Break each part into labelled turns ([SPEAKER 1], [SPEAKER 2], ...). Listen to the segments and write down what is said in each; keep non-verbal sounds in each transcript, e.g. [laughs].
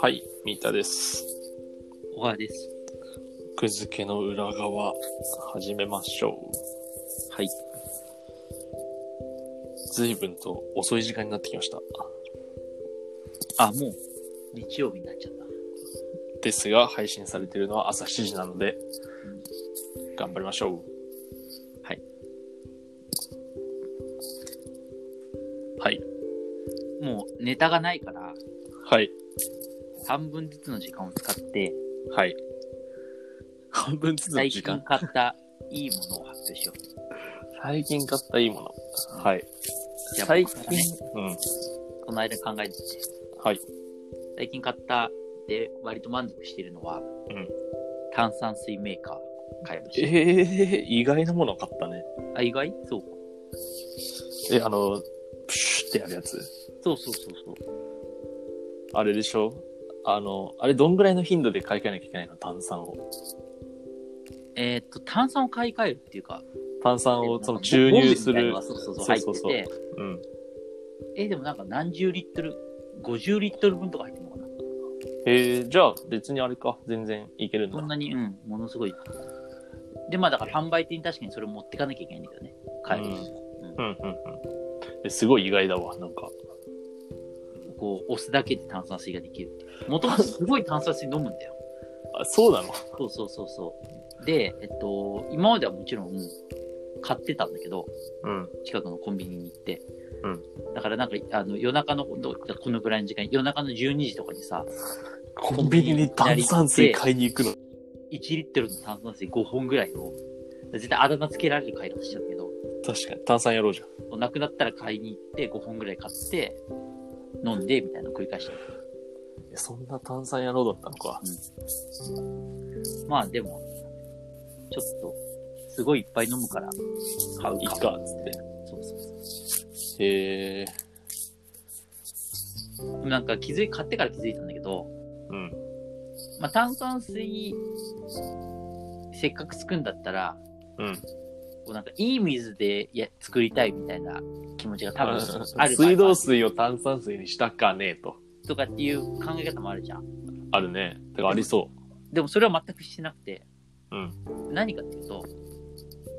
[SPEAKER 1] はい、三田です。
[SPEAKER 2] 小川です。
[SPEAKER 1] 奥付けの裏側、始めましょ
[SPEAKER 2] はい。
[SPEAKER 1] う。随分と遅い時間になってきました。
[SPEAKER 2] あ、もう、日曜日になっちゃった。
[SPEAKER 1] ですが、配信されているのは朝7時なので、頑張りましょう。
[SPEAKER 2] はい。
[SPEAKER 1] はい。
[SPEAKER 2] もう、ネタがないから、
[SPEAKER 1] はい。
[SPEAKER 2] 半分ずつの時間を使って、
[SPEAKER 1] はい。半分ずつの
[SPEAKER 2] 最
[SPEAKER 1] 時
[SPEAKER 2] 近
[SPEAKER 1] 間。
[SPEAKER 2] 買ったいいものを発表しよう。
[SPEAKER 1] 最近買ったいいもの。はい。
[SPEAKER 2] じゃあ
[SPEAKER 1] 最
[SPEAKER 2] 僕からね
[SPEAKER 1] 近、うん。
[SPEAKER 2] この間考えてて、
[SPEAKER 1] はい。
[SPEAKER 2] 最近買ったで割と満足しているのは、
[SPEAKER 1] ん
[SPEAKER 2] 炭酸水メーカー買いまし
[SPEAKER 1] えー、意外なもの買ったね。
[SPEAKER 2] た。あ、意外そう。
[SPEAKER 1] え、あの、プシュってやるやつ。
[SPEAKER 2] そうそうそうそう。
[SPEAKER 1] あれでしょあの、あれどんぐらいの頻度で買い替えなきゃいけないの炭酸を。
[SPEAKER 2] えーっと、炭酸を買い替えるっていうか、
[SPEAKER 1] 炭酸をその注入す
[SPEAKER 2] ボンベみたいな
[SPEAKER 1] る
[SPEAKER 2] のが。そうそうそう、
[SPEAKER 1] そう
[SPEAKER 2] 入っ
[SPEAKER 1] そうそう
[SPEAKER 2] てて、
[SPEAKER 1] うん。
[SPEAKER 2] えーでもなんか何十リットル、50リットル分とか入ってるのかな
[SPEAKER 1] えー、じゃあ別にあれか。全然いけるん
[SPEAKER 2] そん
[SPEAKER 1] だ。
[SPEAKER 2] なに、うん、ものすごい。で、まあだから販売店に確かにそれを持ってかなきゃいけないんだよね。帰るし、
[SPEAKER 1] うんうんうん。えすごい意外だわ。なんか。
[SPEAKER 2] こう、押すだけで炭酸水ができる。もともとすごい炭酸水飲むんだよ。
[SPEAKER 1] あ、そうなの
[SPEAKER 2] [laughs] そうそうそうそう。で、えっと、今まではもちろん、買ってたんだけど、
[SPEAKER 1] うん。
[SPEAKER 2] 近くのコンビニに行って。
[SPEAKER 1] うん
[SPEAKER 2] だからなんか、あの、夜中の、どこのぐらいの時間、夜中の12時とかにさ、
[SPEAKER 1] コンビニに炭酸水買いに行くの。
[SPEAKER 2] 1リットルの炭酸水5本ぐらいを、絶対あだ名つけられる買い方しちゃうけど、
[SPEAKER 1] 確かに。炭酸やろうじゃん。
[SPEAKER 2] なくなったら買いに行って5本ぐらい買って飲んでみたいなのを繰り返してる
[SPEAKER 1] えそんな炭酸野郎だったのか。
[SPEAKER 2] まあでもちょっとすごいいっぱい飲むから買う
[SPEAKER 1] いい
[SPEAKER 2] か
[SPEAKER 1] か、つっ
[SPEAKER 2] そうそうそ
[SPEAKER 1] て。へえ
[SPEAKER 2] うでもなんか気づい買ってから気づいたんだけど、
[SPEAKER 1] ー。うん。
[SPEAKER 2] まあ、炭酸水せっかく作るんだったら
[SPEAKER 1] うん。
[SPEAKER 2] こうなんかいい水でいや作りたいみたいな気持ちが多分ある
[SPEAKER 1] 水道水を炭酸水にしたかねえと。
[SPEAKER 2] とかっていう考え方もあるじゃん
[SPEAKER 1] あるね。てかありそ
[SPEAKER 2] でもそれは全くしてなくて
[SPEAKER 1] う。うん。 [laughs]
[SPEAKER 2] 何かっていうと、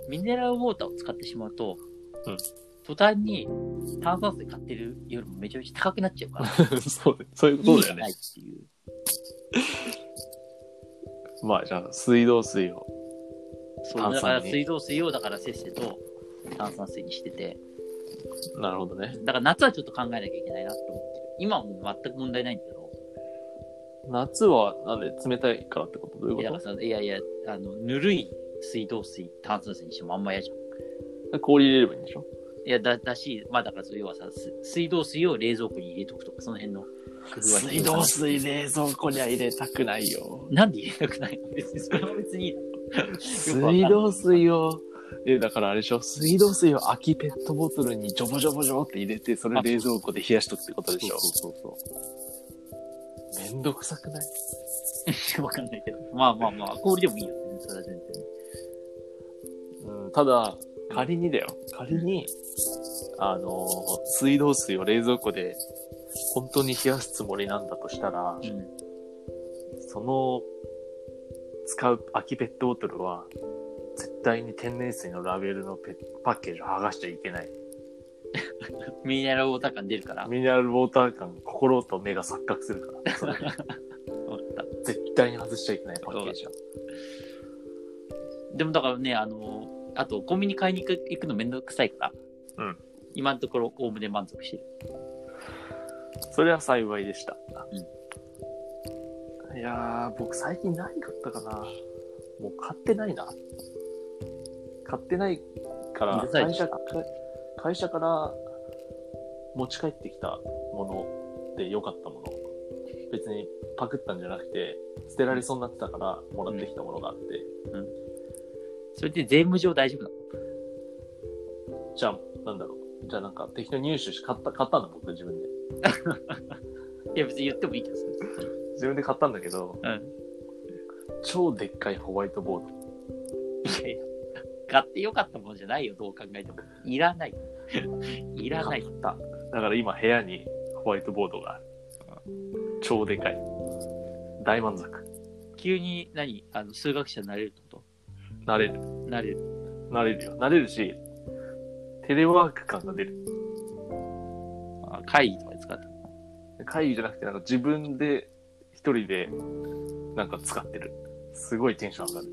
[SPEAKER 2] ミネラルウォーターを使ってしまうと、
[SPEAKER 1] うん
[SPEAKER 2] 途端に炭酸水買ってるよりもめちゃめちゃ高くなっちゃうか
[SPEAKER 1] [laughs]
[SPEAKER 2] ら、
[SPEAKER 1] そうだそういうこ
[SPEAKER 2] 意
[SPEAKER 1] と
[SPEAKER 2] 味
[SPEAKER 1] だ
[SPEAKER 2] が
[SPEAKER 1] よ
[SPEAKER 2] な
[SPEAKER 1] ね
[SPEAKER 2] い。っていう。
[SPEAKER 1] まあじゃあ、水道水を。
[SPEAKER 2] そう、
[SPEAKER 1] 炭酸に
[SPEAKER 2] だから水道水をだからせっせと炭酸水にしてて、
[SPEAKER 1] なるほどね。
[SPEAKER 2] だから夏はちょっと考えなきゃいけないなと思ってる。今はもう全く問題ないんだけど、
[SPEAKER 1] 夏はなんで冷たいからってことどう
[SPEAKER 2] い
[SPEAKER 1] い
[SPEAKER 2] や
[SPEAKER 1] う
[SPEAKER 2] だ
[SPEAKER 1] こ
[SPEAKER 2] からさいやいや、あの、ぬるい水道水、炭酸水にしてもあんま嫌じゃん。い
[SPEAKER 1] と氷入れればいいんでしょ
[SPEAKER 2] や、だ、だし、まあだからそう要はさ、す水道水を冷蔵庫に入れとくとか、その辺の工夫は必
[SPEAKER 1] 水
[SPEAKER 2] 要かな
[SPEAKER 1] 道水冷蔵庫には入れたくないよ。
[SPEAKER 2] なんで入れなくないの別に [laughs] それは別にいいの。くわかんない
[SPEAKER 1] 水道水を、え、だからあれでしょ水道水を空きペットボトルにジョボジョボジョボって入れて、それ冷蔵庫で冷やしとくってことでしょ
[SPEAKER 2] そうそう
[SPEAKER 1] めんどくさくない
[SPEAKER 2] そう。わかんないけど。 [laughs] まあまあまあ、氷でもいいよ。全然それは全然。
[SPEAKER 1] うん、ただ、仮にだよ。仮に、あのー水道水を冷蔵庫で本当に冷やすつもりなんだとしたら、その使う空きペットボトルは絶対に天然水のラベルのペパッケージを剥がしちゃいけない
[SPEAKER 2] うん。ミネラルウォーター感出るから。わか
[SPEAKER 1] ミネラルウォーター感心と目が錯覚するからそれで
[SPEAKER 2] った
[SPEAKER 1] 絶対に外しちゃいけないパッケージは
[SPEAKER 2] でもだからね、あの、あと、コンビニ買いに行く行くのめんどくさいから。
[SPEAKER 1] うん。
[SPEAKER 2] 今のところ、おおむね満足してる。
[SPEAKER 1] それは幸いでした、
[SPEAKER 2] う
[SPEAKER 1] いやー僕最近何買ったかなもう買ってないな買ってないから
[SPEAKER 2] うるさい
[SPEAKER 1] 会社か会社から持ち帰ってきたもので良かったもの別にパクったんじゃなくて捨てられそうになってたからもらってきたものがあって、
[SPEAKER 2] それで税務上大丈夫なの
[SPEAKER 1] じゃあなんだろうじゃあなんか適当に入手し買った買ったんだ僕自分で
[SPEAKER 2] いや、別に言ってもいいけど、それ
[SPEAKER 1] 自分で買ったんだけど
[SPEAKER 2] うん。
[SPEAKER 1] 超でっかいホワイトボード
[SPEAKER 2] いやいや。買ってよかったものじゃないよ、どう考えても。いらない。 [laughs] いらない。
[SPEAKER 1] た。だから今部屋にホワイトボードがある。超でかい。大満足。
[SPEAKER 2] 急に何、あの、数学者になれるってこ
[SPEAKER 1] 慣れる。
[SPEAKER 2] となれる。
[SPEAKER 1] 慣れるよ。慣れるし、テレワーク感が出る。
[SPEAKER 2] あ会議とかで使った。
[SPEAKER 1] 会議じゃなくて、なんか自分で一人でなんか使ってる。すごいテンション上がる。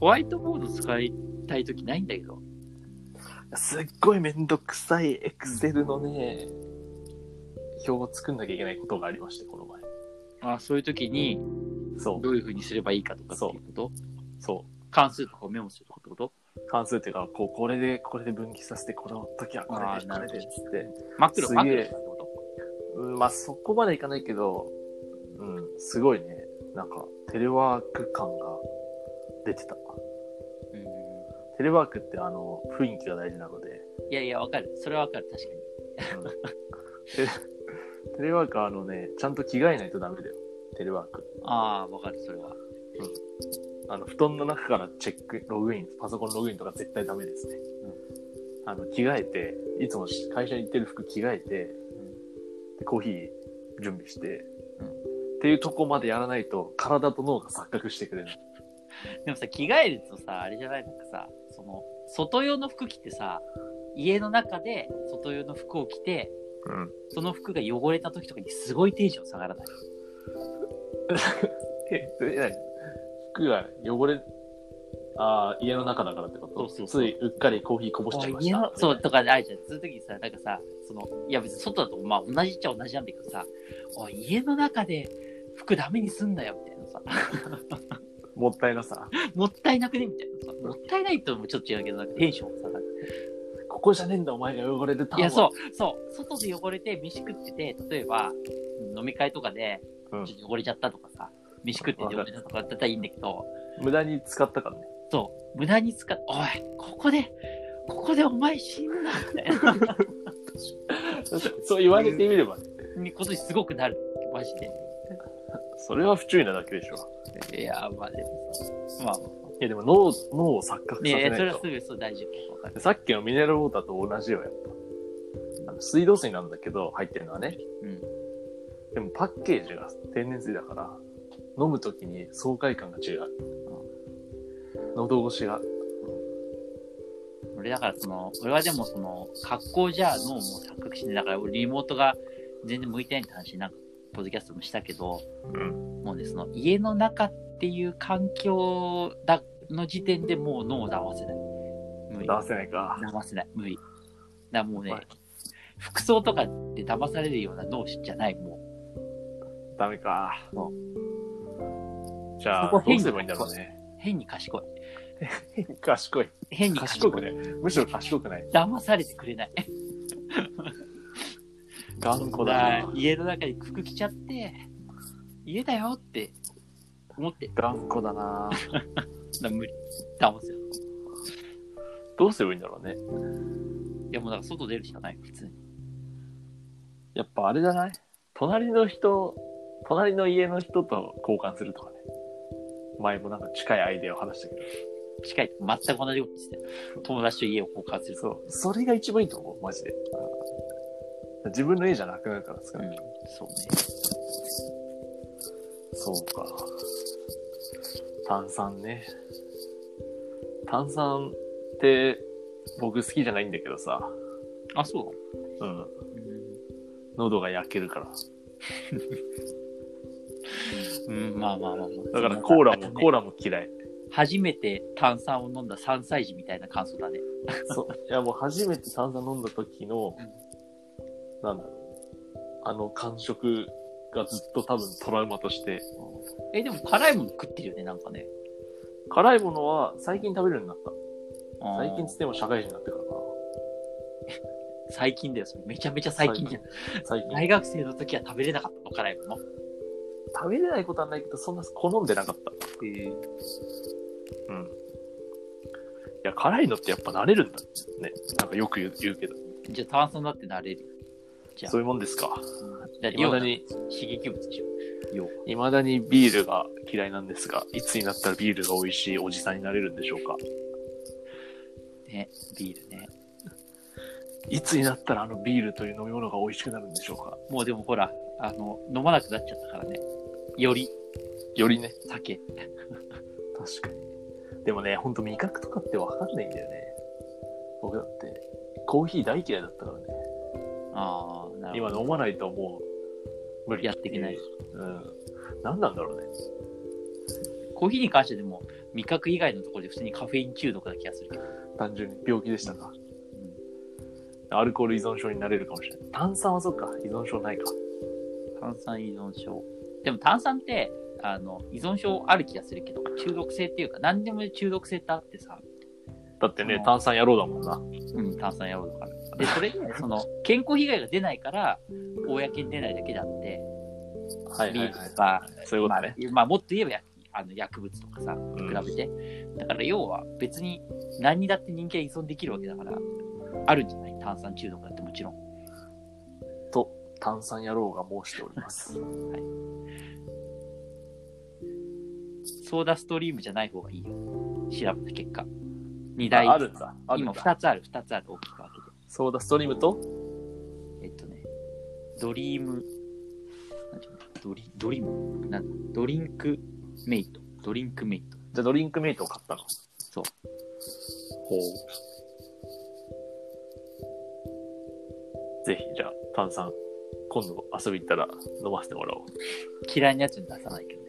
[SPEAKER 2] ホワイトボード使いたいときないんだけど。
[SPEAKER 1] すっごいめんどくさいエクセルのね、表を作んなきゃいけないことがありまして、この前。
[SPEAKER 2] あそういうときに、
[SPEAKER 1] そ
[SPEAKER 2] どういうふうにすればいいかとかっていうこと
[SPEAKER 1] う、そ
[SPEAKER 2] 関数とかをメモするってこと
[SPEAKER 1] う。関数っていうか、こう、これで、これで分岐させて、この時はこ
[SPEAKER 2] あ
[SPEAKER 1] れ
[SPEAKER 2] ー
[SPEAKER 1] で、
[SPEAKER 2] な
[SPEAKER 1] こ
[SPEAKER 2] る
[SPEAKER 1] れ
[SPEAKER 2] ほ
[SPEAKER 1] で
[SPEAKER 2] ど
[SPEAKER 1] っつって。
[SPEAKER 2] マクロ、
[SPEAKER 1] す
[SPEAKER 2] マ
[SPEAKER 1] げ
[SPEAKER 2] ク
[SPEAKER 1] え
[SPEAKER 2] ロとかってこと
[SPEAKER 1] うんまあ、そこまでいかないけど、うん、すごいね、なんか、テレワーク感が出てた。
[SPEAKER 2] う
[SPEAKER 1] テレワークって、あの、雰囲気が大事なので、
[SPEAKER 2] んいやいや、わかる。それはわかる、確かに。
[SPEAKER 1] テレワークはあのね、ちゃんと着替えないとダメだよ。テレワーク。
[SPEAKER 2] ああ、わかる、それは。
[SPEAKER 1] あの、布団の中からチェック、ログイン、パソコンログインとか絶対ダメですね。あの、着替えて、いつもし会社に行ってる服着替えて、でコーヒー準備して、
[SPEAKER 2] うん
[SPEAKER 1] っていうとこまでやらないと、体と脳が錯覚してくれる。
[SPEAKER 2] でもさ、着替えるとさ、あれじゃないなんかさ、その、外用の服着てさ、家の中で外用の服を着て、
[SPEAKER 1] うん。
[SPEAKER 2] その服が汚れた時とかにすごいテンション下がらない。
[SPEAKER 1] え、それ何服が汚れ、ああ、家の中だからってこと
[SPEAKER 2] そうそうそう
[SPEAKER 1] ついうっかりコーヒーこぼしちゃいまし
[SPEAKER 2] あ家
[SPEAKER 1] た
[SPEAKER 2] の。そう、とかであるじゃん。そういう時にさ、なんかさ、その、いや別に外だと、まあ同じっちゃ同じなんだけどさ、おい家の中で服ダメにすんなよ、みたいなさ。 [laughs]
[SPEAKER 1] もったいなさ。
[SPEAKER 2] もったいなくねみたいなさ。もったいないともちょっと違うけど、なんかテンション下がる。
[SPEAKER 1] ここじゃねえんだ、お前が汚れてた。
[SPEAKER 2] いや、そう、そう。外で汚れて飯食ってて、例えば、飲み会とかで、
[SPEAKER 1] うん
[SPEAKER 2] ちょっと汚れちゃったとかさ、飯食ってて汚れたとかだったらいいんだけど、
[SPEAKER 1] 無駄に使ったからね。
[SPEAKER 2] そう、無駄に使っ、おい、ここで、ここでお前死ぬな、みたいな
[SPEAKER 1] [laughs] そう言われてみれば、ね、
[SPEAKER 2] ことにすごくなる。マジで。
[SPEAKER 1] それは不注意なだけでしょ。
[SPEAKER 2] いや、まあでもさ、まあ、
[SPEAKER 1] いや、でも脳、脳を錯覚さ
[SPEAKER 2] ね
[SPEAKER 1] せ
[SPEAKER 2] え、そ
[SPEAKER 1] な
[SPEAKER 2] れ
[SPEAKER 1] い
[SPEAKER 2] は
[SPEAKER 1] と
[SPEAKER 2] す。ぐそう大丈夫。わかる。
[SPEAKER 1] さっきのミネラルウォーターと同じよ、やっぱ。あの水道水なんだけど、入ってるのはね。
[SPEAKER 2] うん。
[SPEAKER 1] でもパッケージが天然水だから、飲むときに爽快感が違う。喉越しが。
[SPEAKER 2] 俺だからその、俺はでもその、格好じゃ脳も錯覚して、だから俺リモートが全然向いてないって話、なんか、ポッドキャストもしたけど、
[SPEAKER 1] うん。
[SPEAKER 2] もうね、その、家の中っていう環境だ、の時点でもう脳を騙せない。無理。
[SPEAKER 1] 出せないか。
[SPEAKER 2] 騙せない。無理。だからもうね、
[SPEAKER 1] はい
[SPEAKER 2] 服装とかで騙されるような脳じゃない、も
[SPEAKER 1] ダメか
[SPEAKER 2] そ。
[SPEAKER 1] じゃあ、
[SPEAKER 2] そ
[SPEAKER 1] ど
[SPEAKER 2] こ変
[SPEAKER 1] うすればいいんだろうね
[SPEAKER 2] う。。変に賢い。
[SPEAKER 1] 賢い。
[SPEAKER 2] 変に
[SPEAKER 1] 賢
[SPEAKER 2] 賢い。
[SPEAKER 1] くね。むしろ賢くない。
[SPEAKER 2] 騙されてくれない。
[SPEAKER 1] 頑固
[SPEAKER 2] だか
[SPEAKER 1] だ
[SPEAKER 2] ら
[SPEAKER 1] な。
[SPEAKER 2] 家の中に服着ちゃって、家だよって思って、だか
[SPEAKER 1] 頑固だな。
[SPEAKER 2] ら無理。騙せよ。
[SPEAKER 1] どうすればいいんだろうね。
[SPEAKER 2] いやもうだから外出るしかない、普通に。
[SPEAKER 1] やっぱあれじゃない隣の人、隣の家の人と交換するとかね。前もなんか近いアイデアを話したけど。
[SPEAKER 2] 近い。全く同じことして友達と家を交換する。
[SPEAKER 1] そう。それが一番いいと思う、マジで。自分の家じゃなくなるから少
[SPEAKER 2] う
[SPEAKER 1] ない。
[SPEAKER 2] ん、そうね。
[SPEAKER 1] そうか。炭酸ね。炭酸って僕好きじゃないんだけどさ。
[SPEAKER 2] あ、そう
[SPEAKER 1] うん。
[SPEAKER 2] う
[SPEAKER 1] 喉が焼けるから。
[SPEAKER 2] ん、うん、まあまあまあまあ。
[SPEAKER 1] だからコーラ
[SPEAKER 2] そ
[SPEAKER 1] も、
[SPEAKER 2] んな
[SPEAKER 1] コーラも嫌い。
[SPEAKER 2] 初めて炭酸を飲んだ3歳児みたいな感想だね。
[SPEAKER 1] そう。いやもう初めて炭酸飲んだ時の
[SPEAKER 2] う、
[SPEAKER 1] なんだろう。あの感触がずっと多分トラウマとして。
[SPEAKER 2] え、でも辛いもの食ってるよね、なんかね。
[SPEAKER 1] 辛いものは最近食べるようになった。
[SPEAKER 2] あー
[SPEAKER 1] 最近つっても社会人になってからか
[SPEAKER 2] 最近だよ、それ。めちゃめちゃ最近じゃん。
[SPEAKER 1] な。最近。
[SPEAKER 2] 大学生の時は食べれなかったの、辛いもの。
[SPEAKER 1] 食べれないことはないけど、そんな好んでなかった。
[SPEAKER 2] へ
[SPEAKER 1] うん。いや、辛いのってやっぱ慣れるんだね。なんかよく言う言うけど。
[SPEAKER 2] じゃあ炭酸だってなれる。いや
[SPEAKER 1] そういうもんですか。
[SPEAKER 2] だっ
[SPEAKER 1] い
[SPEAKER 2] て
[SPEAKER 1] ま
[SPEAKER 2] 要は
[SPEAKER 1] だに、
[SPEAKER 2] 刺激物でしょ。要は。
[SPEAKER 1] 未だにビールが嫌いなんですが、いつになったらビールが美味しいおじさんになれるんでしょうか
[SPEAKER 2] ね、ビールね。
[SPEAKER 1] いつになったらあのビールという飲み物が美味しくなるんでしょうか
[SPEAKER 2] もうでもほら、あの、飲まなくなっちゃったからね。より
[SPEAKER 1] よりね。
[SPEAKER 2] 酒。
[SPEAKER 1] 確かに。でもね、ほんと味覚とかってわかんないんだよね。僕だって、コーヒー大嫌いだったからね。
[SPEAKER 2] ああ、なるほ
[SPEAKER 1] 今
[SPEAKER 2] ど。
[SPEAKER 1] 飲まないともう、無理
[SPEAKER 2] やっていけない。
[SPEAKER 1] うん。何なんだろうね。
[SPEAKER 2] コーヒーに関してでも、味覚以外のところで普通にカフェイン中毒な気がするけど。
[SPEAKER 1] 単純に病気でしたか。
[SPEAKER 2] うん
[SPEAKER 1] アルコール依存症になれるかもしれない。炭酸はそっか、依存症ないか。
[SPEAKER 2] 炭酸依存症。でも炭酸って、あの、依存症ある気がするけど、中毒性っていうか、何でも中毒性ってあってさ、
[SPEAKER 1] だって
[SPEAKER 2] う
[SPEAKER 1] ね
[SPEAKER 2] ん、
[SPEAKER 1] 炭酸野郎だもんな。
[SPEAKER 2] うん、炭酸やろうと [laughs] か。で、それで、その、健康被害が出ないから、公に出ないだけであって、
[SPEAKER 1] は
[SPEAKER 2] ビールとか、
[SPEAKER 1] そういうこ
[SPEAKER 2] ま
[SPEAKER 1] と
[SPEAKER 2] あ
[SPEAKER 1] ね。
[SPEAKER 2] まあ、もっと言えばやあの薬物とかさ、
[SPEAKER 1] うん
[SPEAKER 2] 比べて。だから要は、別に何にだって人間依存できるわけだから、あるんじゃない炭酸中毒だってもちろん。
[SPEAKER 1] と、炭酸野郎が申しております。
[SPEAKER 2] ソーダストリームじゃない方がいいよ。調べた結果。二大
[SPEAKER 1] ああるんだ。ある
[SPEAKER 2] 今
[SPEAKER 1] んだ。
[SPEAKER 2] 2つある、2つある、大きく分けて。
[SPEAKER 1] ソーダストリームと、
[SPEAKER 2] えっとね、ドリーム、なんていうのドリドリームなんだドリンクメイト。ドリンクメイト。
[SPEAKER 1] じゃあドリンクメイトを買ったの。
[SPEAKER 2] そう。
[SPEAKER 1] ほう。ぜひ、じゃあ、炭酸、今度遊び行ったら飲ませてもらおう。
[SPEAKER 2] 嫌いなやつに出さないけど。